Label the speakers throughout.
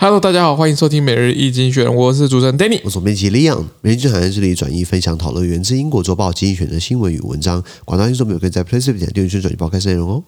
Speaker 1: Hello，大家好，欢迎收听每日易经选，我是主持人 Danny。
Speaker 2: 我总编辑 Leon，每日经产业这里转译分享讨论源自英国《周报》精选的新闻与文章。广大听众朋友可以在 p l a y s t o r e 点订阅“转译报”开始内容哦。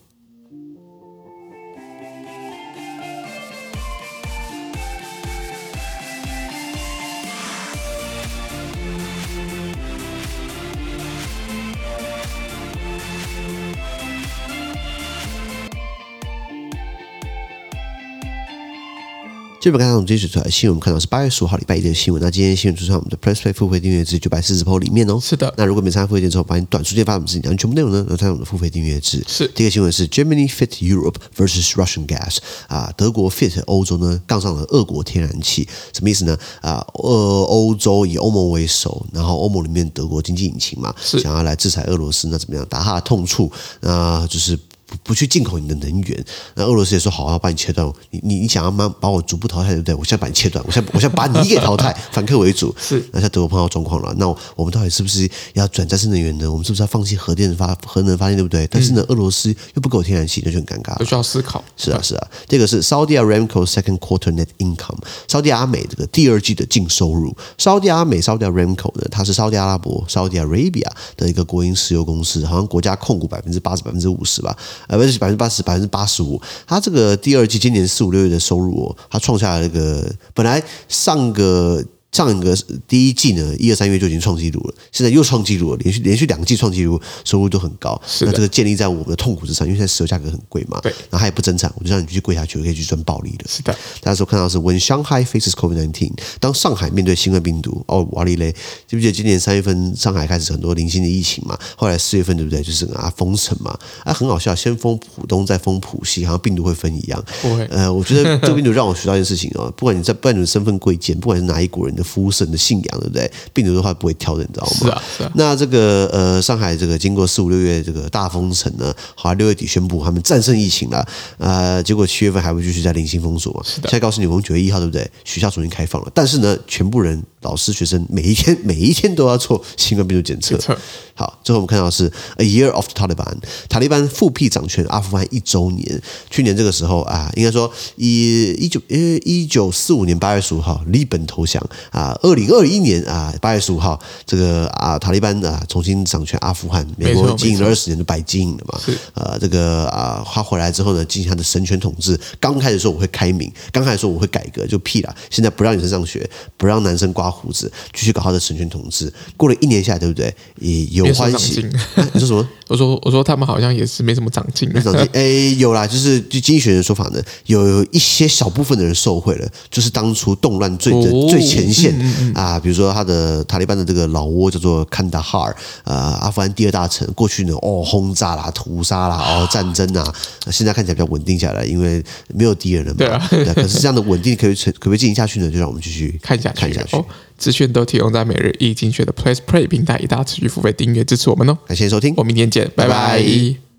Speaker 2: 这边刚刚从今天选出来的新闻，我们看到是八月十五号礼拜一的新闻。那今天新闻出现在我们的 Press Play 付费订阅制九百四十 p 里面哦。
Speaker 1: 是的，
Speaker 2: 那如果没参加付费订阅制，我把你短时间发什么事情，然后全部内容呢，都参加我们的付费订阅制。
Speaker 1: 是
Speaker 2: 第一个新闻是 Germany fit Europe versus Russian gas 啊，德国 fit 欧洲呢杠上了俄国天然气，什么意思呢？啊，呃，欧洲以欧盟为首，然后欧盟里面德国经济引擎嘛，
Speaker 1: 是
Speaker 2: 想要来制裁俄罗斯，那怎么样打他的痛处？那、就是。不不去进口你的能源，那俄罗斯也说好啊，把你切断，你你你想要把把我逐步淘汰，对不对？我现在把你切断，我现在我现在把你给淘汰， 反客为主。
Speaker 1: 是，
Speaker 2: 那现在德国碰到状况了，那我们到底是不是要转再生能源呢？我们是不是要放弃核电发核能发电，对不对？但是呢，俄罗斯又不给我天然气，那就很尴尬了
Speaker 1: 有。需要思考。
Speaker 2: 是啊，是啊，这个是 Saudi Aramco second quarter net income，沙特阿美这个第二季的净收入。沙特阿美 Saudi Aramco 呢，它是沙特阿拉伯 Saudi Arabia 的一个国营石油公司，好像国家控股百分之八十、百分之五十吧，呃，不是百分之八十、百分之八十五。它这个第二季今年四五六月的收入哦，它创下了这个本来上个。上一个第一季呢，一二三月就已经创纪录了，现在又创纪录了，连续连续两季创纪录，收入都很高。
Speaker 1: 是的
Speaker 2: 那这个建立在我们的痛苦之上，因为现在石油价格很贵嘛，
Speaker 1: 对
Speaker 2: 然后它也不增产，我就让你继续跪下去，我可以去赚暴利的。
Speaker 1: 是的，
Speaker 2: 大家所看到的是 When Shanghai faces COVID-19，当上海面对新冠病毒，哦，瓦力嘞，记不记得今年三月份上海开始很多零星的疫情嘛？后来四月份对不对？就是啊封城嘛，啊很好笑，先封浦东，再封浦西，好像病毒会分一样。
Speaker 1: 不会
Speaker 2: 呃，我觉得这个病毒让我学到一件事情哦， 不管你在不管你的身份贵贱，不管是哪一国人的肤色、你的信仰，对不对？病毒的话不会挑的，你知道吗？
Speaker 1: 是啊，是啊，
Speaker 2: 那这个呃，上海这个经过四五六月这个大封城呢，好，六月底宣布他们战胜疫情了，呃，结果七月份还会继续在零星封锁嘛。现在告诉你，我们九月一号对不对？学校重新开放了，但是呢，全部人、老师、学生每一天每一天都要做新冠病毒检测
Speaker 1: 检测。
Speaker 2: 好，最后我们看到的是 A Year of the Taliban，塔利班复辟掌权阿富汗一周年。去年这个时候啊，应该说一一九呃一九四五年八月十五号，利本投降啊，二零二一年啊八月十五号，这个啊塔利班啊重新掌权阿富汗，美
Speaker 1: 没
Speaker 2: 国
Speaker 1: 错
Speaker 2: 经营
Speaker 1: 没
Speaker 2: 了二十年就白经营了嘛
Speaker 1: 是。
Speaker 2: 呃，这个啊他回来之后呢，进行他的神权统治。刚开始说我会开明，刚开始说我会改革，就屁啦！现在不让女生上学，不让男生刮胡子，继续搞他的神权统治。过了一年下来，对不对？也有
Speaker 1: 没什么
Speaker 2: 欢
Speaker 1: 长
Speaker 2: 喜
Speaker 1: 进。
Speaker 2: 啊你说什么？
Speaker 1: 我说，我说他们好像也是没什么长进。
Speaker 2: 没长进？哎，有啦，就是据经济学人的说法呢，有有一些小部分的人受贿了，就是当初动乱最的、
Speaker 1: 哦
Speaker 2: 最前线、啊，比如说他的塔利班的这个老窝叫做坎达哈尔，呃，阿富汗第二大城，过去呢哦轰炸啦、屠杀啦、 哦战争啊，现在看起来比较稳定下来，因为没有敌人了嘛。
Speaker 1: 对啊
Speaker 2: 啊可是这样的稳定可以可不可以进行下去呢？就让我们继续
Speaker 1: 看下去，
Speaker 2: 看下去。
Speaker 1: 哦。资讯都提供在每日易经学的 Place Play 平台，一大家持续付费订阅支持我们哦。
Speaker 2: 感谢收听
Speaker 1: 我，们明天见，拜
Speaker 2: 拜
Speaker 1: 拜
Speaker 2: 拜